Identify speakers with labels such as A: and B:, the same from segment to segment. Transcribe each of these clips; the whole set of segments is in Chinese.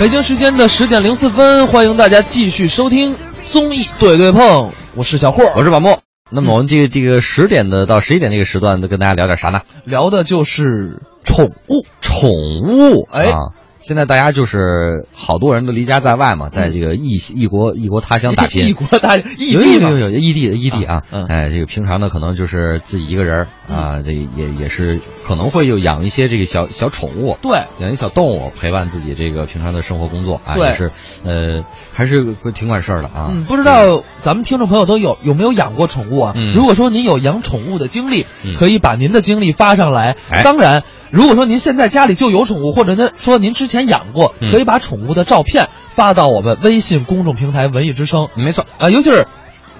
A: 北京时间的十点零四分，欢迎大家继续收听综艺对对碰，我是小霍，
B: 我是宝木。那
A: 嗯
B: 么我们这个这个十点的到十一点这个时段，跟大家聊点啥呢？
A: 聊的就是宠物，
B: 宠物，
A: 哎
B: 啊，现在大家就是好多人都离家在外嘛，在这个异异国异国他乡打 拼，
A: 嗯异国大异
B: 有
A: 地
B: 有
A: 嘛，
B: 有有异地异地啊
A: 啊，嗯
B: 哎，这个平常呢，可能就是自己一个人儿啊，这也也是可能会有养一些这个小小宠物，
A: 对，
B: 养一小动物陪伴自己这个平常的生活工作啊，
A: 对
B: 也是呃，还是挺管事儿的啊。
A: 嗯，不知道咱们听众朋友都有有没有养过宠物啊？
B: 嗯
A: 如果说您有养宠物的经历，
B: 嗯
A: 可以把您的经历发上来。
B: 哎
A: 当然，如果说您现在家里就有宠物，或者呢说您之前养过，
B: 嗯
A: 可以把宠物的照片发到我们微信公众平台“文艺之声”。
B: 没错，
A: 啊，尤其是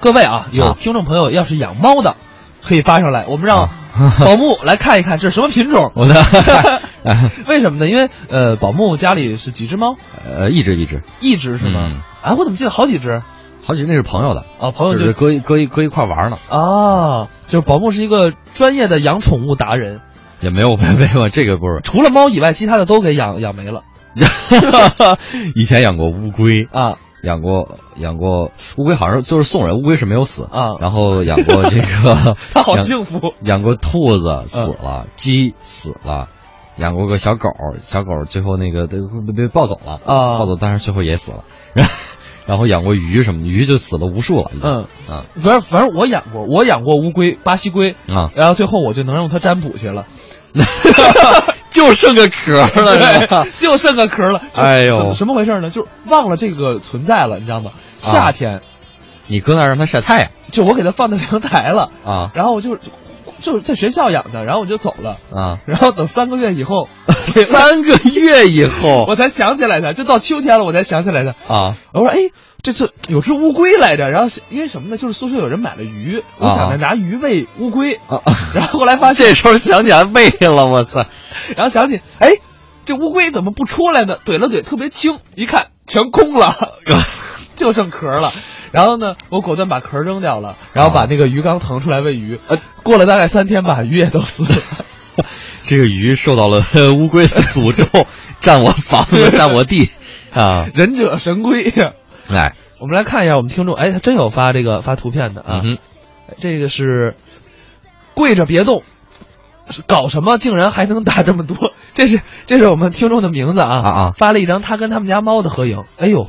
A: 各位啊，有
B: 啊
A: 听众朋友要是养猫的，可以发上来，我们让
B: 啊
A: 宝木来看一看这是什么品种。
B: 我的 哎
A: 为什么呢？因为呃，宝木家里是几只猫，
B: 呃，一只一只，
A: 一只是吗？
B: 嗯
A: 啊，我怎么记得好几只
B: 好几那是朋友的，
A: 啊？朋友
B: 就是搁一搁一搁一块玩呢，
A: 啊，就是宝木是一个专业的养宠物达人，
B: 也没有没没有这个不是。
A: 除了猫以外，其他的都给养养没了
B: 以前养过乌龟，
A: 啊
B: 养过养过乌龟，好像就是送人，乌龟是没有死
A: 啊，
B: 然后养过这 个
A: 他好
B: 养
A: 幸福
B: 养过兔子死了，鸡死了。养过个小狗，小狗最后那个被被被抱走了，
A: 啊
B: 抱走，但是最后也死了。 然后然后养过鱼什么的，鱼就死了无数了。已经
A: 嗯
B: 啊
A: 反正反正我养过，我养过乌龟、巴西龟，
B: 啊，
A: 然后最后我就能用它占卜去了。
B: 就剩个壳儿了，是吧？
A: 对， 就剩个壳了。就
B: 哎呦啊
A: 怎么什么回事呢？就是忘了这个存在了，你知道吗？夏天，
B: 你搁那儿让它晒太阳
A: 就我给它放在阳台了，
B: 啊
A: 然后我就就是在学校养的，然后我就走了。
B: 啊！
A: 然后等三个月以 后，
B: 三个月以后
A: 我才想起来它，就到秋天了，我才想起来它。
B: 啊，
A: 我说，哎，这次有只乌龟来着，然后因为什么呢？就是宿舍有人买了鱼，我想着拿鱼喂乌龟，
B: 啊
A: 然后后来发现，
B: 这时候想起来喂了，我操！
A: 然后想起，哎，这乌龟怎么不出来呢？怼了怼，特别轻，一看全空
B: 啊
A: 了。就剩壳了。然后呢，我果断把壳扔掉了，然后把
B: 啊
A: 那个鱼缸腾出来喂鱼。呃，过了大概三天吧，鱼也都死了。
B: 这个鱼受到了呃乌龟的诅咒， 占我房子，占我地啊！
A: 忍者神龟。
B: 哎，
A: 我们来看一下我们听众，哎，他真有发这个发图片的啊。
B: 嗯哼，
A: 这个是跪着别动，是搞什么竟然还能打这么多？这是这是我们听众的名字啊
B: 啊啊
A: 发了一张他跟他们家猫的合影。哎呦，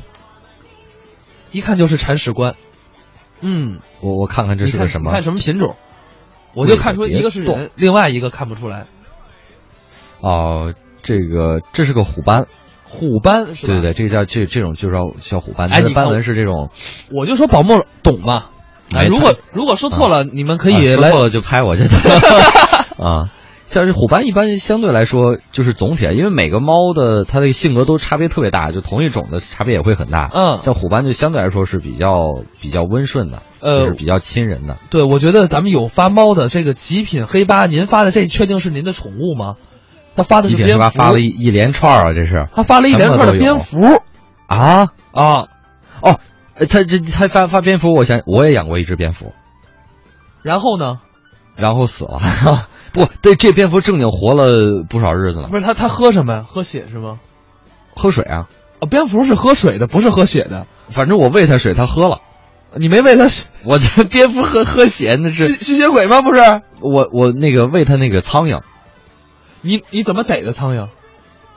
A: 一看就是铲屎官。嗯，
B: 我我看看这
A: 你
B: 是
A: 看
B: 个什
A: 你
B: 么
A: 看什么品种，我就看出一个是
B: 别
A: 人，另外一个看不出来。
B: 哦。这个这是个虎斑，
A: 虎斑是吧？
B: 对对对，这个叫这这种就叫叫虎斑，
A: 哎
B: 它的
A: 你看
B: 斑纹是这种，
A: 对，我就说宝木懂嘛。哎，
B: 哎
A: 如果如果说错了，你们可以
B: 啊说
A: 来
B: 错了就拍我去 啊。像是虎斑一般相对来说就是总体，啊因为每个猫的它的性格都差别特别大，就同一种的差别也会很大。
A: 嗯
B: 像虎斑就相对来说是比较比较温顺的，
A: 呃
B: 就是比较亲人的。
A: 对，我觉得咱们有发猫的这个极品黑八，您发的这确定是您的宠物吗？他发的
B: 极
A: 是
B: 品
A: 蝙
B: 是吧？
A: 蝠，
B: 发了一一连串儿啊，这是
A: 他发了一连串的蝙蝠
B: 啊
A: 啊，
B: 哦，呃他这他发发蝙蝠，我想我也养过一只蝙蝠，
A: 然后呢，
B: 然后死了。 不对，这蝙蝠正经活了不少日子了，
A: 不是他他喝什么呀？喝血是吗？
B: 喝水啊，
A: 啊，蝙蝠是喝水的，不是喝血的。
B: 反正我喂它水，它喝了。
A: 你没喂它吸
B: 我这蝙蝠喝喝血那是
A: 吸血鬼吗？不是，
B: 我我那个喂它那个苍蝇，
A: 你你怎么逮的苍蝇？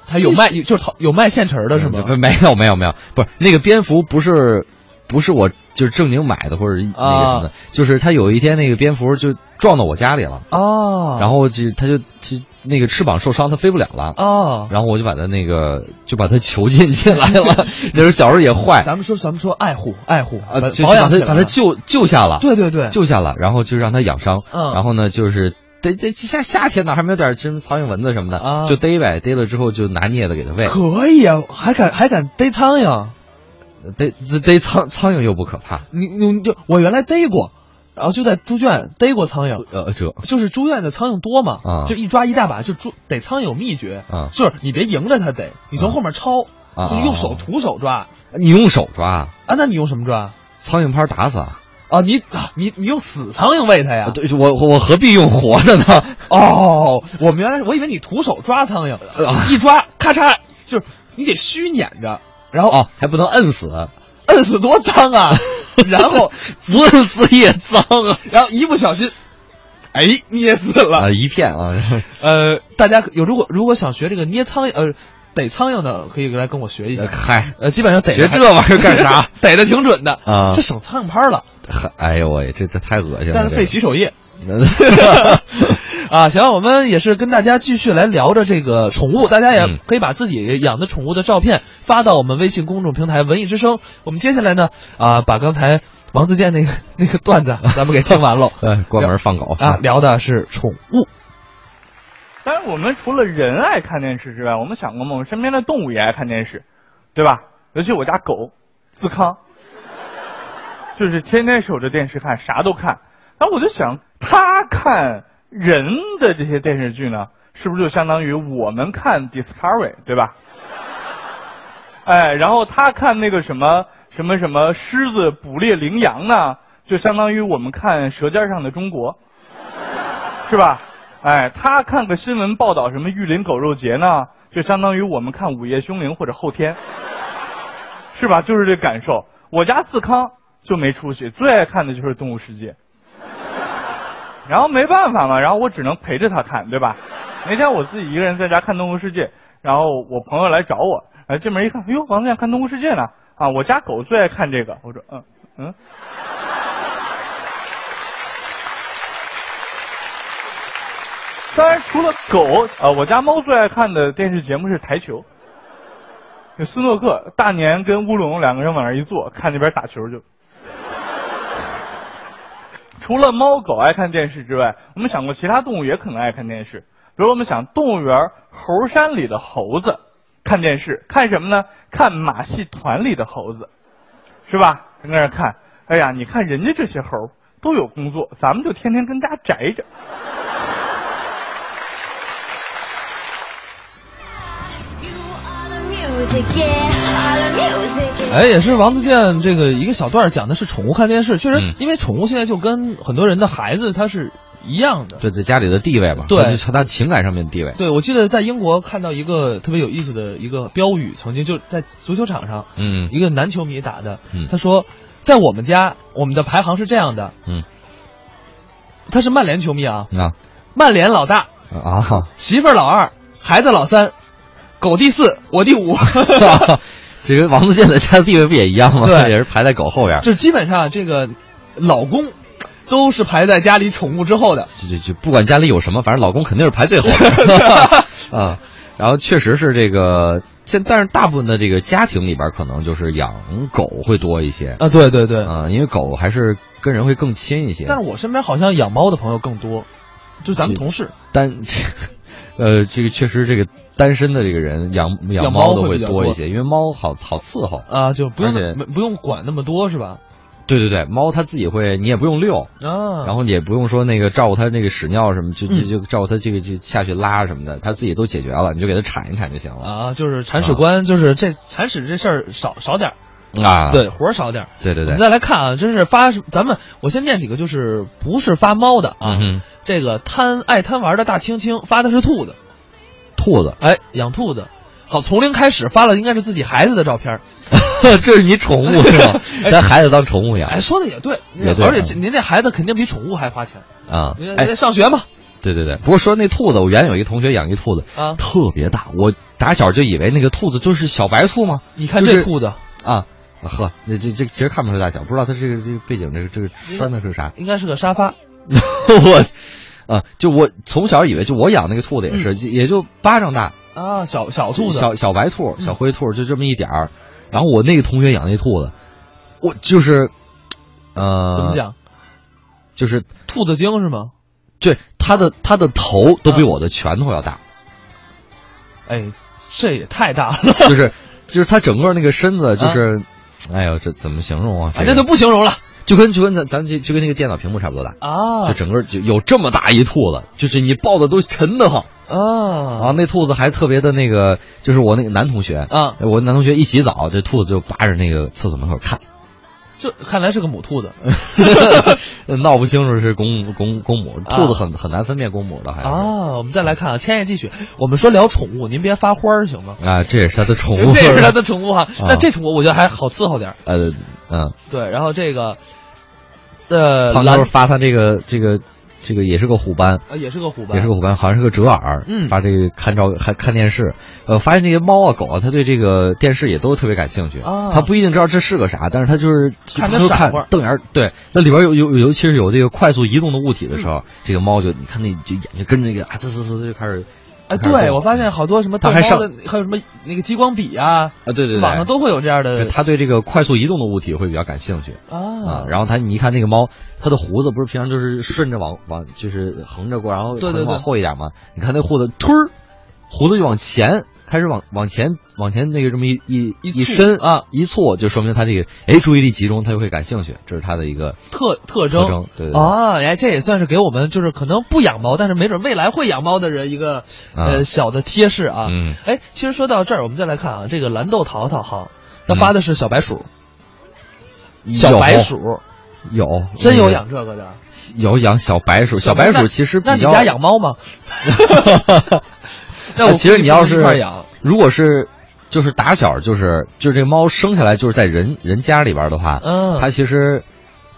A: 它有卖，就是淘有卖现成儿的是吗？
B: 不 没有没有没有，不是那个蝙蝠不是不是我就是正经买的或者那
A: 啊
B: 个什么的，就是它有一天那个蝙蝠就撞到我家里了，
A: 哦，
B: 然后就它就就那个翅膀受伤，它飞不了了。
A: 哦，
B: 然后我就把它那个就把它囚禁进来 了，那时候小时候也坏
A: 咱们说咱们说爱护爱护
B: 啊，
A: 把
B: 就就
A: 保
B: 把
A: 养
B: 它
A: 起来
B: 把它
A: 了
B: 救救下了，
A: 对对对，
B: 救下了，然后就让它养伤，
A: 嗯
B: 然后呢就是逮逮夏夏天哪还没有点什么苍蝇蚊子什么的，
A: 啊
B: 就逮呗，逮了之后就拿镊子给它喂，
A: 可以啊，还敢还敢逮苍蝇？
B: 逮逮逮苍苍蝇又不可怕，
A: 你你就我原来逮过，然后就在猪圈逮过苍蝇，
B: 呃这
A: 就是猪圈的苍蝇多嘛，
B: 啊
A: 就一抓一大把，就猪逮苍蝇有秘诀，
B: 啊
A: 就是你别迎着它逮，你从后面抄，
B: 啊
A: 就用手徒手抓
B: 你用手
A: 啊，
B: 抓
A: 那你用什么抓？
B: 苍蝇拍打死啊？
A: 啊，你啊你你用死苍蝇喂它呀？
B: 对，我我何必用活的呢？ 啊
A: 哦，我们原来我以为你徒手抓苍蝇，一抓咔嚓，就是你得虚撵着，然后
B: 哦，还不能摁死，
A: 摁死多脏 啊！然后
B: 不摁死也脏啊！
A: 然后一不小心，哎，捏死
B: 啊，
A: 了。
B: 一片 啊，
A: 呃，大家可有如果如果想学这个捏苍蝇，呃，逮苍蝇的，可以来跟我学一下。
B: 嗨，
A: 呃，基本上逮
B: 学
A: 着
B: 这玩意儿干啥？
A: 逮的挺准的
B: 啊
A: 这省苍蝇拍了，
B: 嗨哎呦喂，这这太恶心了，
A: 但是费洗手 液。
B: 这个。
A: 啊，行，我们也是跟大家继续来聊着这个宠物，大家也
B: 嗯。
A: 可以把自己养的宠物的照片发到我们微信公众平台“文艺之声”。我们接下来呢，啊，把刚才王自健那个那个段子咱们给听完喽
B: 哎，关门放狗
A: 啊，！聊的是宠物，
C: 当然，我们除了人爱看电视之外，我们想过吗？我们身边的动物也爱看电视，对吧？尤其我家狗，自康， 就是天天守着电视看，啥都看。然后我就想，它看人的这些电视剧呢，是不是就相当于我们看 Discovery，对吧？ 哎，然后他看那个什么什么什么狮子捕猎羚羊呢，就相当于我们看《舌尖上的中国》。是吧？哎，他看个新闻报道什么玉林狗肉节呢，就相当于我们看《午夜凶铃》或者《后天》，是吧？就是这感受。我家自康就没出息，最爱看的就是《动物世界》，然后没办法嘛，然后我只能陪着他看，对吧？那天我自己一个人在家看《动物世界》，然后我朋友来找我，哎，进门一看，哎呦，王健看《动物世界》呢，啊，我家狗最爱看这个，我说，嗯嗯。当然，除了狗，呃，我家猫最爱看的电视节目是台球。有斯诺克，大年跟乌龙两个人往那儿一坐，看那边打球就。除了猫狗爱看电视之外，我们想过其他动物也可能爱看电视，比如我们想动物园猴山里的猴子看电视，看什么呢？看马戏团里的猴子，是吧？跟那儿看，哎呀，你看人家这些猴儿都有工作，咱们就天天跟家宅着。
D: You are the music, yeah, are the music. yeah.
A: 哎，也是王自健这个一个小段儿讲的是宠物看电视，确实
B: 嗯，
A: 因为宠物现在就跟很多人的孩子它是一样的。
B: 对，在家里的地位吧，
A: 对
B: 就是他情感上面的地位。
A: 对，我记得在英国看到一个特别有意思的一个标语，曾经就在足球场上，
B: 嗯
A: 一个男球迷打的，
B: 嗯
A: 他说，在我们家，我们的排行是这样的，
B: 嗯
A: 他是曼联球迷啊，
B: 啊
A: 曼联老大，
B: 啊，
A: 媳妇儿老二，孩子老三，狗第四，我第五，
B: 这个王自健在家的地位不也一样吗？
A: 对
B: 也是排在狗后边儿，
A: 就基本上这个老公都是排在家里宠物之后的，
B: 就就就不管家里有什么，反正老公肯定是排最后 的 啊。然后确实是这个，现但是大部分的这个家庭里边儿可能就是养狗会多一些
A: 啊，对对对，
B: 啊，因为狗还是跟人会更亲一些。
A: 但是我身边好像养猫的朋友更多，就咱们同事，
B: 单，呃，这个确实这个单身的这个人养
A: 养
B: 养
A: 猫
B: 猫的
A: 会
B: 会
A: 比较
B: 多一
A: 多
B: 些，因为猫好好伺候。
A: 啊，就不用
B: 而且
A: 没不用管那么多是吧？
B: 对对对，猫它自己会，你也不用遛，
A: 啊，
B: 然后也不用说那个照顾它那个屎尿什么，就就
A: 嗯
B: 就照顾它这个就下去拉什么的，它自己都解决了，你就给它铲一铲就行了
A: 啊，就是铲屎官，就是这铲屎这事儿少少点儿，
B: 啊。
A: 对，活儿少点儿。
B: 对对
A: 我
B: 对
A: 们，再来看啊，真是发咱们，我先念几个，就是不是发猫的啊，
B: 嗯哼，
A: 这个贪爱贪玩的大青青发的是兔子，
B: 兔 子，
A: 哎，养兔子。好，从零开始发了应该是自己孩子的照片儿，
B: 这是你宠物 是吧？咱孩子当宠物养
A: 哎，说的也对，
B: 啊也对
A: 而且这
B: 嗯
A: 您这孩子肯定比宠物还花钱，
B: 啊
A: 您。
B: 哎
A: 您，上学嘛，
B: 对对对，不过说那兔子，我原来有一同学养一兔子，
A: 啊
B: 特别大，我打小就以为那个兔子就是小白兔吗？
A: 你看
B: 就
A: 这
B: 是
A: 兔子
B: 啊，呵，那这这其实看不出大小，不知道它这个这个背景这个这个
A: 嗯
B: 穿的是啥。
A: 应该是个沙发，
B: 我啊，就我从小以为，就我养那个兔子也是，就也就巴掌大，
A: 啊，小小嗯兔子，
B: 小小白兔、
A: 嗯
B: 小灰兔，就这么一点儿。然后我那个同学养那兔子，我就是，呃，
A: 怎么？讲？
B: 就是
A: 兔子精是吗？
B: 对它的它的头都比
A: 啊
B: 我的拳头 要大，
A: 哎，这也太大了，
B: 就是就是它整个那个身子就是，
A: 啊
B: 哎呦，这怎么形容啊？
A: 反
B: 这
A: 正
B: 个
A: 就不形容了
B: 就跟就跟咱咱就就跟那个电脑屏幕差不多大。
A: 啊
B: 就整个就有这么大一兔子，就是你抱的都沉得慌
A: 啊
B: 啊！那兔子还特别的那个，就是我那个男同学，
A: 啊
B: 我男同学一洗澡，这兔子就扒着那个厕所门口看，
A: 这看来是个母兔子
B: 闹不清楚是公公公母，
A: 啊
B: 兔子很很难分辨公母的，还是
A: 啊。我们再来看啊，千叶继续，我们说聊宠物，您别发花儿行吗？
B: 啊，这也是它的宠物，啊
A: 这也是他的宠物哈、那这宠物我觉得还好伺候点儿。
B: 呃嗯，
A: 对，然后这个，呃，
B: 胖
A: 蓝
B: 妞发它这个这个这个也是个虎斑，
A: 啊也是个虎斑，
B: 也是个虎斑，好像是个折耳，
A: 嗯
B: 发这个看照看看电视，呃，发现这些猫啊狗啊，它对这个电视也都特别感兴趣，
A: 啊
B: 它不一定知道这是个啥，但是它就是
A: 看它
B: 它就
A: 闪
B: 看
A: 会儿
B: 瞪眼儿，对，那里边有有尤其是有这个快速移动的物体的时候，这个猫就你看那就眼睛跟着那个啊呲呲呲就开始，
A: 哎，
B: 开始
A: 对
B: 动
A: 我发现好多什么
B: 它
A: 逗
B: 还
A: 猫
B: 上
A: 的，还有什么那个激光笔啊，
B: 啊，对对对，
A: 网上都会有这样
B: 对
A: 的
B: 它对这个快速移动的物体会比较感兴趣。啊
A: 啊，，
B: 然后它你一看那个猫，它的胡子不是平常就是顺着往往就是横着过，然后
A: 对对
B: 横着
A: 对
B: 往后一点嘛。你看那胡子突儿，胡子就往前开始往往前往前那个这么一一
A: 一
B: 一
A: 簇
B: 伸啊一簇，就说明它这个哎注意力集中，它就会感兴趣，这是它的一个
A: 特特
B: 特
A: 征。
B: 征。对对对
A: 啊，哎，这也算是给我们就是可能不养猫，但是没准未来会养猫的人一个、呃
B: 啊
A: 小的贴士啊。
B: 嗯
A: 哎，其实说到这儿，我们再来看啊，这个蓝豆淘淘哈，他发的是小白鼠，小
B: 嗯有
A: 白鼠
B: 有
A: 真有
B: 那个
A: 养这个的。
B: 有养小白鼠，嗯小白
A: 那
B: 鼠其实比
A: 那
B: 较啊
A: 你家养猫 吗？那我
B: 其实
A: 估计
B: 你
A: 不
B: 要
A: 能
B: 是
A: 一块儿养，
B: 如果是就是打小就是就是这猫生下来就是在人人家里边的话，
A: 嗯
B: 它其实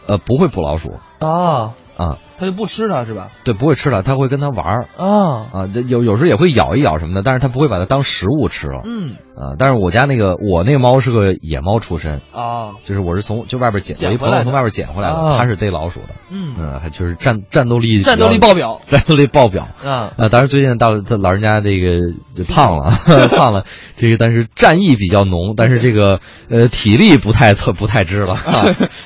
B: 呃不会捕老鼠
A: 啊，
B: 啊，
A: 它就不吃它是吧？
B: 对，不会吃了，它会跟它玩儿
A: 啊，
B: 啊，这有有时候也会咬一咬什么的，但是它不会把它当食物吃了
A: 嗯
B: 啊。但是我家那个我那个猫是个野猫出身，
A: 啊，
B: 就是我是从就外边捡，
A: 捡
B: 我一
A: 回
B: 朋
A: 来
B: 友
A: 的
B: 从外边捡回来
A: 啊
B: 的，它是逮老鼠的，
A: 嗯，
B: 嗯，还就是战战斗力
A: 战斗力
B: 比较
A: 爆表
B: 战斗力爆表。
A: 啊，
B: 啊，当然最近到了他老人家这个就胖了， 胖了，这个但是战意比较浓，但是这个呃体力不太特不太支 了。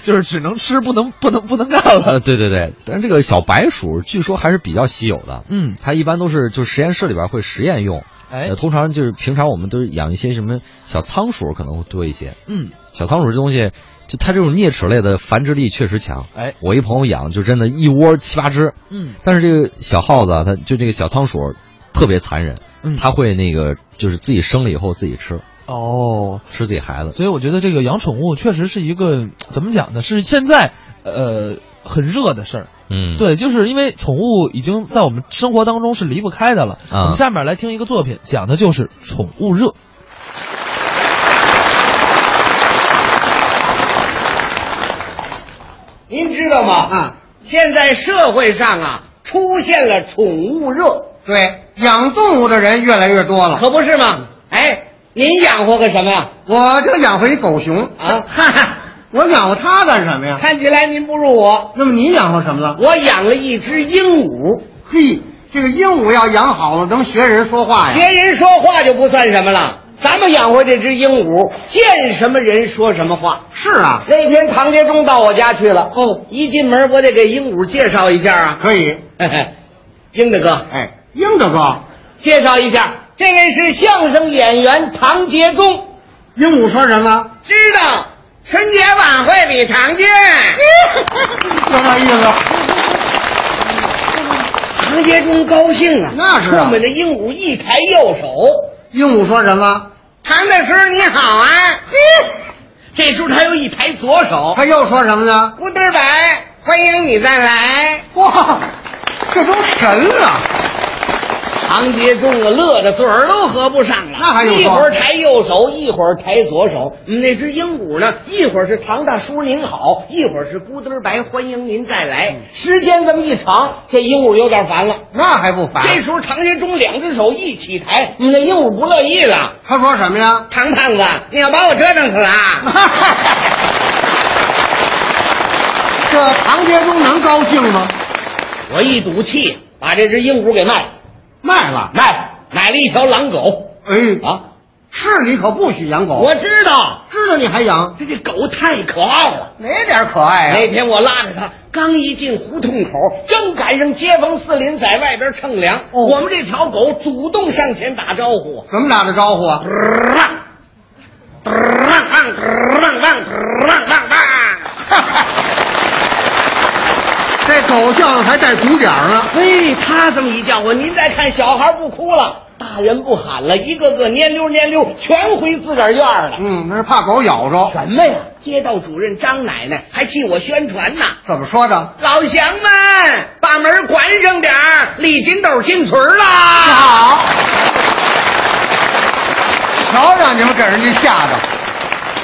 A: 就是只能吃不能不能不能干了。
B: 呃，对对对，但是这个小白鼠据说还是比较稀有的，
A: 嗯，
B: 它一般都是就实验室里边会实验用，
A: 哎
B: 呃，，通常就是平常我们都是养一些什么小仓鼠可能会多一些，
A: 嗯，
B: 小仓鼠这东西就它这种啮齿类的繁殖力确实强，
A: 哎，
B: 我一朋友养就真的一窝七八只，
A: 嗯
B: 但是这个小耗子啊，它就这个小仓鼠特别残忍，
A: 嗯，
B: 它会那个就是自己生了以后自己吃，
A: 哦，
B: 吃自己孩子。
A: 所以我觉得这个养宠物确实是一个怎么讲呢？是现在呃很热的事儿。
B: 嗯，，
A: 对，就是因为宠物已经在我们生活当中是离不开的了。
B: 啊
A: 我们下面来听一个作品，讲的就是宠物热。
E: 您知道吗？啊，现在社会上啊出现了宠物热，
F: 对，养动物的人越来越多了。嗯
E: 可不是吗？哎，您养活个什么呀？
F: 我就养活一狗熊
E: 啊
F: 哈哈，我养活它干什么呀？
E: 看起来您不如我，
F: 那么你养活什么了？
E: 我养了一只鹦鹉，
F: 嘿，这个鹦鹉要养好了，能学人说话
E: 学
F: 呀。
E: 人说话就不算什么了。咱们养活这只鹦鹉，见什么人说什么话。
F: 是啊，
E: 那天唐杰忠到我家去了，
F: 哦，
E: 一进门我得给鹦鹉介绍一下啊。
F: 可以。
E: 英大哥，
F: 哎，鹰大哥，
E: 介绍一下，这位是相声演员唐杰忠。
F: 鹦鹉说什么？
E: 知道春节晚会里常 见。
F: 就这意思。
E: 唐杰忠高兴啊，
F: 那是啊
E: 冲着那鹦鹉一抬右手，
F: 鹦鹉说什么？
E: 唐大师你好啊！这时候他又一抬左手，
F: 他又说什么呢？
E: 乌德白，欢迎你再来。
F: 哇，这都神了。
E: 唐杰忠啊，乐得嘴儿都合不上了。
F: 那还用说
E: 一会儿抬右手，一会儿抬左手。嗯，那只鹦鹉呢，一会儿是唐大叔您好，一会儿是咕嘚儿白欢迎您再
F: 嗯
E: 来。时间这么一长，这鹦鹉有点烦了。
F: 那还不烦？
E: 这时候，唐杰忠两只手一起抬，嗯那鹦鹉不乐意了。
F: 他说什么呀？
E: 唐胖子，你要把我折腾死 啊！
F: 这唐杰忠能高兴吗？
E: 我一赌气，把这只鹦鹉给卖了，
F: 卖了。
E: 卖买了一条狼狗
F: 哎，
E: 啊！
F: 市里可不许养狗。
E: 我知道，
F: 知道你还养，
E: 这这狗太可爱了。
F: 哪点可爱
E: 那
F: 哎呀、
E: 天我拉着它，刚一进胡同口，正赶上街坊四邻在外边乘凉。
F: 哦
E: 我们这条狗主动上前打招呼，
F: 怎么打的招呼啊？
E: 嘚儿浪浪嘚儿啊浪浪嘚儿浪浪啊 浪。
F: 这狗叫还带鼓点儿呢。
E: 嘿，他这么一叫唤，您再看小孩不哭了，大大人不喊了，一个个蔫溜蔫溜，全回自个儿院儿了。
F: 嗯，那是怕狗咬着。
E: 什么呀？街道主任张奶奶还替我宣传呢。
F: 怎么说的？
E: 老乡们，把门关上点儿，李金斗进村儿啦！
F: 好，瞧让你们给人家吓的。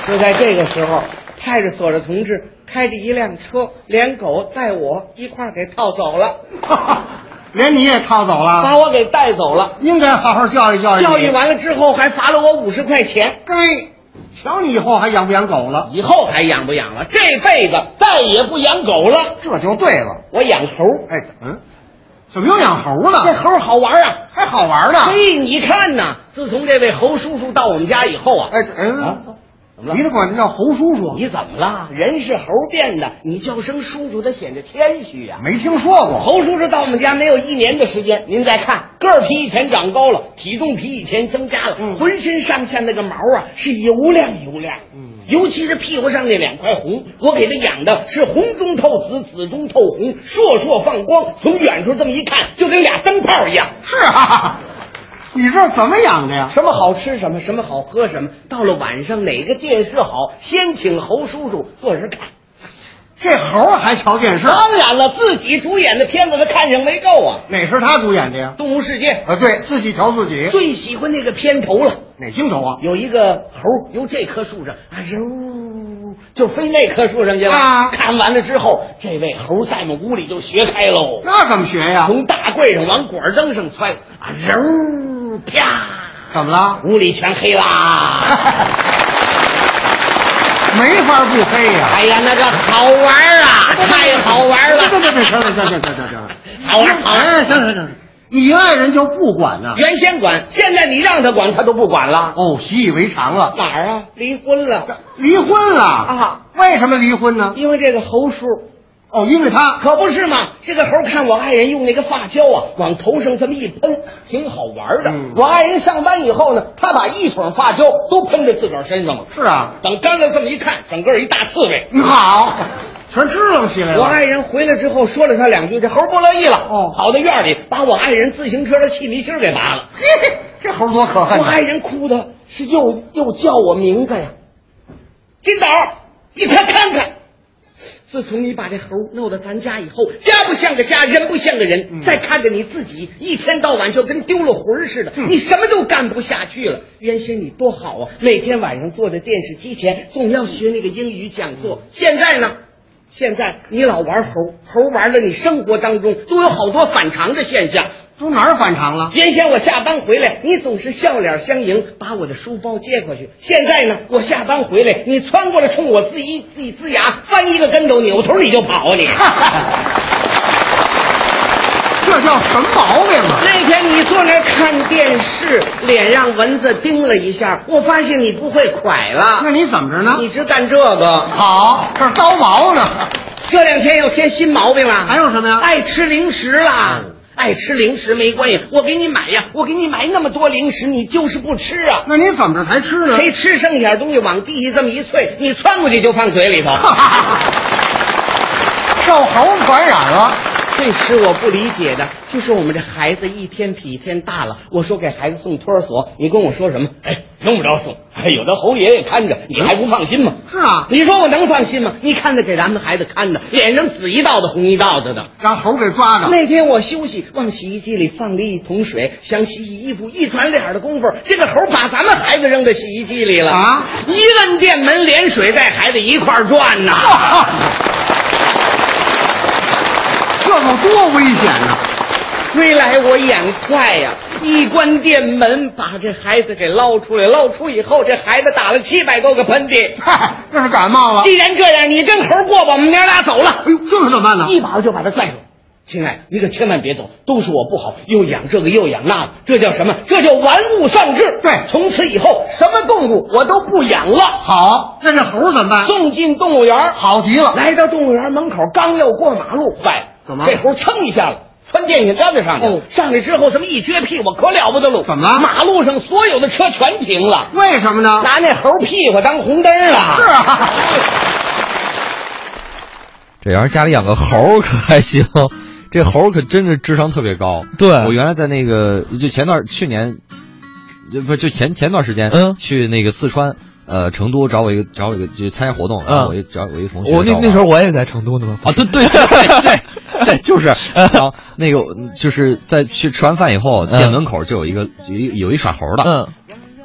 E: 就在这个时候，派出所的同志开着一辆车，连狗带我一块儿给套走了，
F: 连你也套走 了，
E: 把我给带走了。
F: 应该好好教育教育你
E: 教育，完了之后，还罚了我五十块钱。
F: 该，瞧你以后还养不养狗了？
E: 以后还养不养了？这辈子再也不养狗了。
F: 这就对了。
E: 我养猴，
F: 哎，嗯，怎么又养猴了？
E: 这猴好玩啊！
F: 还好玩呢。
E: 嘿，你看呐，自从这位侯叔叔到我们家以后啊，
F: 哎哎
E: 啊，怎么了
F: 你得管他叫侯叔叔，
E: 你怎么了？人是猴变的，你叫声叔叔，他显得谦虚呀、
F: 没听说过。
E: 侯叔叔到我们家没有一年的时间，您再看，个儿比以前长高了，体重比以前增加了，
F: 嗯
E: 浑身上下那个毛啊是油亮油亮，
F: 嗯
E: 尤其是屁股上那两块红，我给他养的是红中透紫，紫中透红，烁烁放光，从远处这么一看，就跟俩灯泡一样。
F: 是啊， 你这是怎么养的呀？
E: 什么好吃什么，什么好喝什么，到了晚上哪个电视好，先请侯叔叔坐着看。
F: 这猴儿还瞧电视？
E: 当然了，自己主演的片子他看上没够啊，
F: 哪是他主演的呀？
E: 《动物世界
F: 啊，对自己瞧自己》，
E: 最喜欢那个片头了。
F: 哪镜头啊？
E: 有一个猴儿由这棵树上啊，嗖就飞那棵树上去了。
F: 啊
E: 看完了之后，这位猴儿在我们屋里就学开喽，
F: 那怎么学呀？
E: 从大柜上往管灯上窜啊，嗖啪，
F: 怎么了？
E: 屋里全黑啦。
F: 没法不黑呀！
E: 哎呀，那个好玩儿啊，太好玩儿了！
F: 这这这这这这这这这这，
E: 好玩儿好玩儿
F: 哎，行行行，你爱人就不管呐？
E: 原先管，现在你让他管，他都不管了。
F: 哦，习以为常了。
E: 哪儿啊？离婚了，
F: 离婚了
E: 啊？
F: 为什么离婚呢？
E: 因为这个猴叔，
F: 哦，因为他
E: 可不是嘛。这个猴看我爱人用那个发胶啊，往头上这么一喷，挺好玩的。
F: 嗯
E: 我爱人上班以后呢，他把一桶发胶都喷在自个儿身上了。
F: 是啊，
E: 等干了这么一看，整个一大刺猬。
F: 你好，全支棱起来
E: 我
F: 了。
E: 爱人回来之后说了他两句，这猴不乐意了，
F: 哎哦
E: 跑到院里把我爱人自行车的气泥芯儿给拔了。
F: 嘿嘿，这猴多可恨
E: 我爱
F: 呐！
E: 人哭的是又又叫我名字呀，金斗，你快看看！自从你把这猴弄到咱家以后，家不像个家，人不像个人。
F: 嗯
E: 再看看你自己，一天到晚就跟丢了魂儿似的，
F: 嗯
E: 你什么都干不下去了。原先你多好啊，每天晚上坐在电视机前，总要学那个英语讲座。
F: 嗯
E: 现在呢？现在你老玩猴，猴玩了，你生活当中都有好多反常的现象。
F: 都哪儿反常了？
E: 原先我下班回来，你总是笑脸相迎，把我的书包接过去。现在呢，我下班回来，你穿过来冲我自一自一呲牙，翻一个跟头，扭头你就跑啊你！
F: 这叫什么毛病啊？
E: 那天你坐那儿看电视，脸让蚊子叮了一下，我发现你不会拐
F: 那
E: 了，
F: 你怎么着呢？啊
E: 你只干这个。
F: 好，这是刀毛呢。
E: 这两天又添新毛病了，啊
F: 还有什么呀？嗯
E: 爱吃零食啦。爱吃零食没关系，我给你买呀，我给你买那么多零食，你就是不吃啊。
F: 那你怎么着才吃呢？
E: 谁吃剩点东西往地下这么一啐，你窜过去就放嘴里头。
F: 受猴传染了？
E: 最使我不理解的就是我们这孩子一天比一天大了。我说给孩子送托儿所，你跟我说什么？哎，用不着送，哎，有的侯爷爷看着，你还不放心吗？
F: 是啊，
E: 你说我能放心吗？你看着给咱们孩子看着，脸上紫一道子红一道子的。
F: 让猴给抓着。
E: 那天我休息，往洗衣机里放了一桶水，想洗洗衣服，一转脸的功夫，这个猴把咱们孩子扔到洗衣机里了
F: 啊！
E: 一摁电门，连水带孩子一块儿转呐！
F: 这可多危险 呐、
E: 追来我眼快呀、一关店门把这孩子给捞出来，捞出以后，这孩子打了七百多个喷嚏。
F: 嗨，这是感冒了。
E: 既然这样，你跟猴过吧，我们娘俩走了
F: 哎。呦，这可怎么办呢？
E: 一把我就把他拽住。啊亲爱的，你可千万别走，都是我不好，又养这个又养那个，这叫什么？这叫玩物丧志。
F: 对
E: 从此以后什么动物我都不养了，啊
F: 好，那这猴怎么办？
E: 送进动物园儿。
F: 好极了。
E: 来到动物园门口，刚要过马路，坏了，
F: 怎么
E: 这猴蹭一下了。翻电线杆子上去，
F: 哦
E: 上去之后这么一撅屁股，可了不得了。
F: 怎么了
E: 马路上所有的车全停了，
F: 为什么呢？
E: 拿那猴屁股当红灯了。
F: 是啊，
B: 这要是家里养个猴儿可还行，这猴儿可真是智商特别高。
A: 对
B: 我原来在那个就前段去年就不就前前段时间，
A: 嗯
B: 去那个四川，呃，成都找我一个找我一个就参加活动，然后
A: 嗯
B: 我一找我一个同学找
A: 我
B: 玩，
A: 那哦那时候我也在成都呢嘛，
B: 啊，对对对 对对，就是，然后那个就是在去吃完饭以后，
A: 嗯
B: 店门口就有一个有一有一耍猴的，
A: 嗯，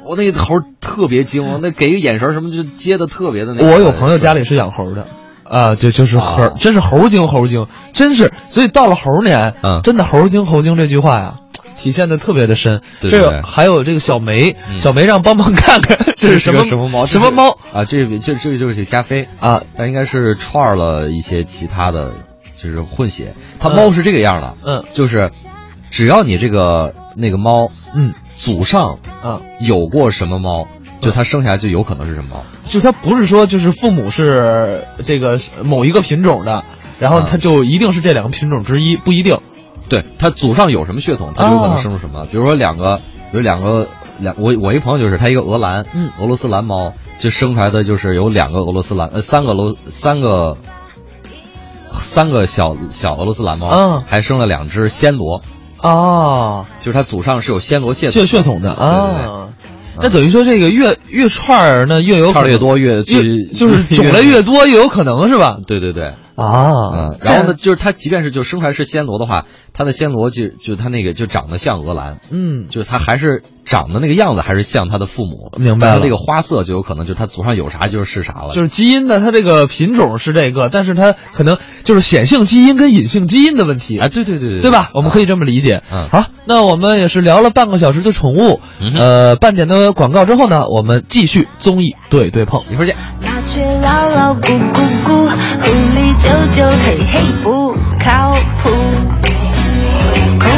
B: 我那个猴特别精，我那给一个眼神儿什么就接的特别的那个。
A: 我有朋友家里是养猴的，啊，就就是猴，
B: 哦
A: 真是猴精猴精，真是，所以到了猴年，
B: 嗯
A: 真的猴精猴精这句话呀。体现的特别的深，
B: 对
A: 这
B: 对
A: 个还有这个小梅，
B: 嗯
A: 小梅让帮忙看看这
B: 这
A: 是
B: 是
A: 什
B: 什
A: 么
B: 么猫？
A: 什么猫
B: 啊？这这这就是加菲
A: 啊，
B: 但应该是串儿了一些其他的，就是混血。它
A: 嗯
B: 猫是这个样的，
A: 嗯
B: 就是只要你这个那个猫，
A: 嗯
B: 祖上
A: 啊，
B: 有过什么猫，就它生下来就有可能是什么猫。
A: 就它不是说就是父母是这个某一个品种的，然后
B: 嗯
A: 它就一定是这两个品种之一，不一定。
B: 对，它祖上有什么血统，
A: 哦
B: 它就有可能生出什么。比如说两个，有两个两，我我一朋友就是他一个俄兰，
A: 嗯
B: 俄罗斯蓝猫，就生出来的就是有两个俄罗斯蓝，呃，三个罗三个。三个小小俄罗斯蓝猫，
A: 嗯
B: 还生了两只暹罗，
A: 哦，
B: 就是它祖上是有暹罗血
A: 血
B: 统，
A: 血统的
B: 对对对
A: 啊。那等于说这个越越串儿，那越有
B: 串
A: 可
B: 儿
A: 能
B: 越多越
A: 越就是
B: 越
A: 种类越多越有可能是吧？
B: 对对对，
A: 啊
B: 嗯，，然后呢，就是它即便是就生出来是暹罗的话，它的暹罗就就它那个就长得像俄兰，
A: 嗯，
B: 就是它还是长的那个样子，还是像它的父母。
A: 明白了
B: 但它这个花色就有可能就是它祖上有啥就是啥了。
A: 就是基因的它这个品种是这个，但是它可能就是显性基因跟隐性基因的问题
B: 啊，对对对对，
A: 对吧？我们可
B: 以
A: 以这么理解。
B: 嗯
A: 好，那我们也是聊了半个小时的宠物，
B: 嗯哼
A: 呃，半点的广告之后呢，我们继续综艺对对碰。
B: 一会儿见。
D: 麻雀唠唠咕咕咕，狐狸啾啾嘿嘿不靠谱。空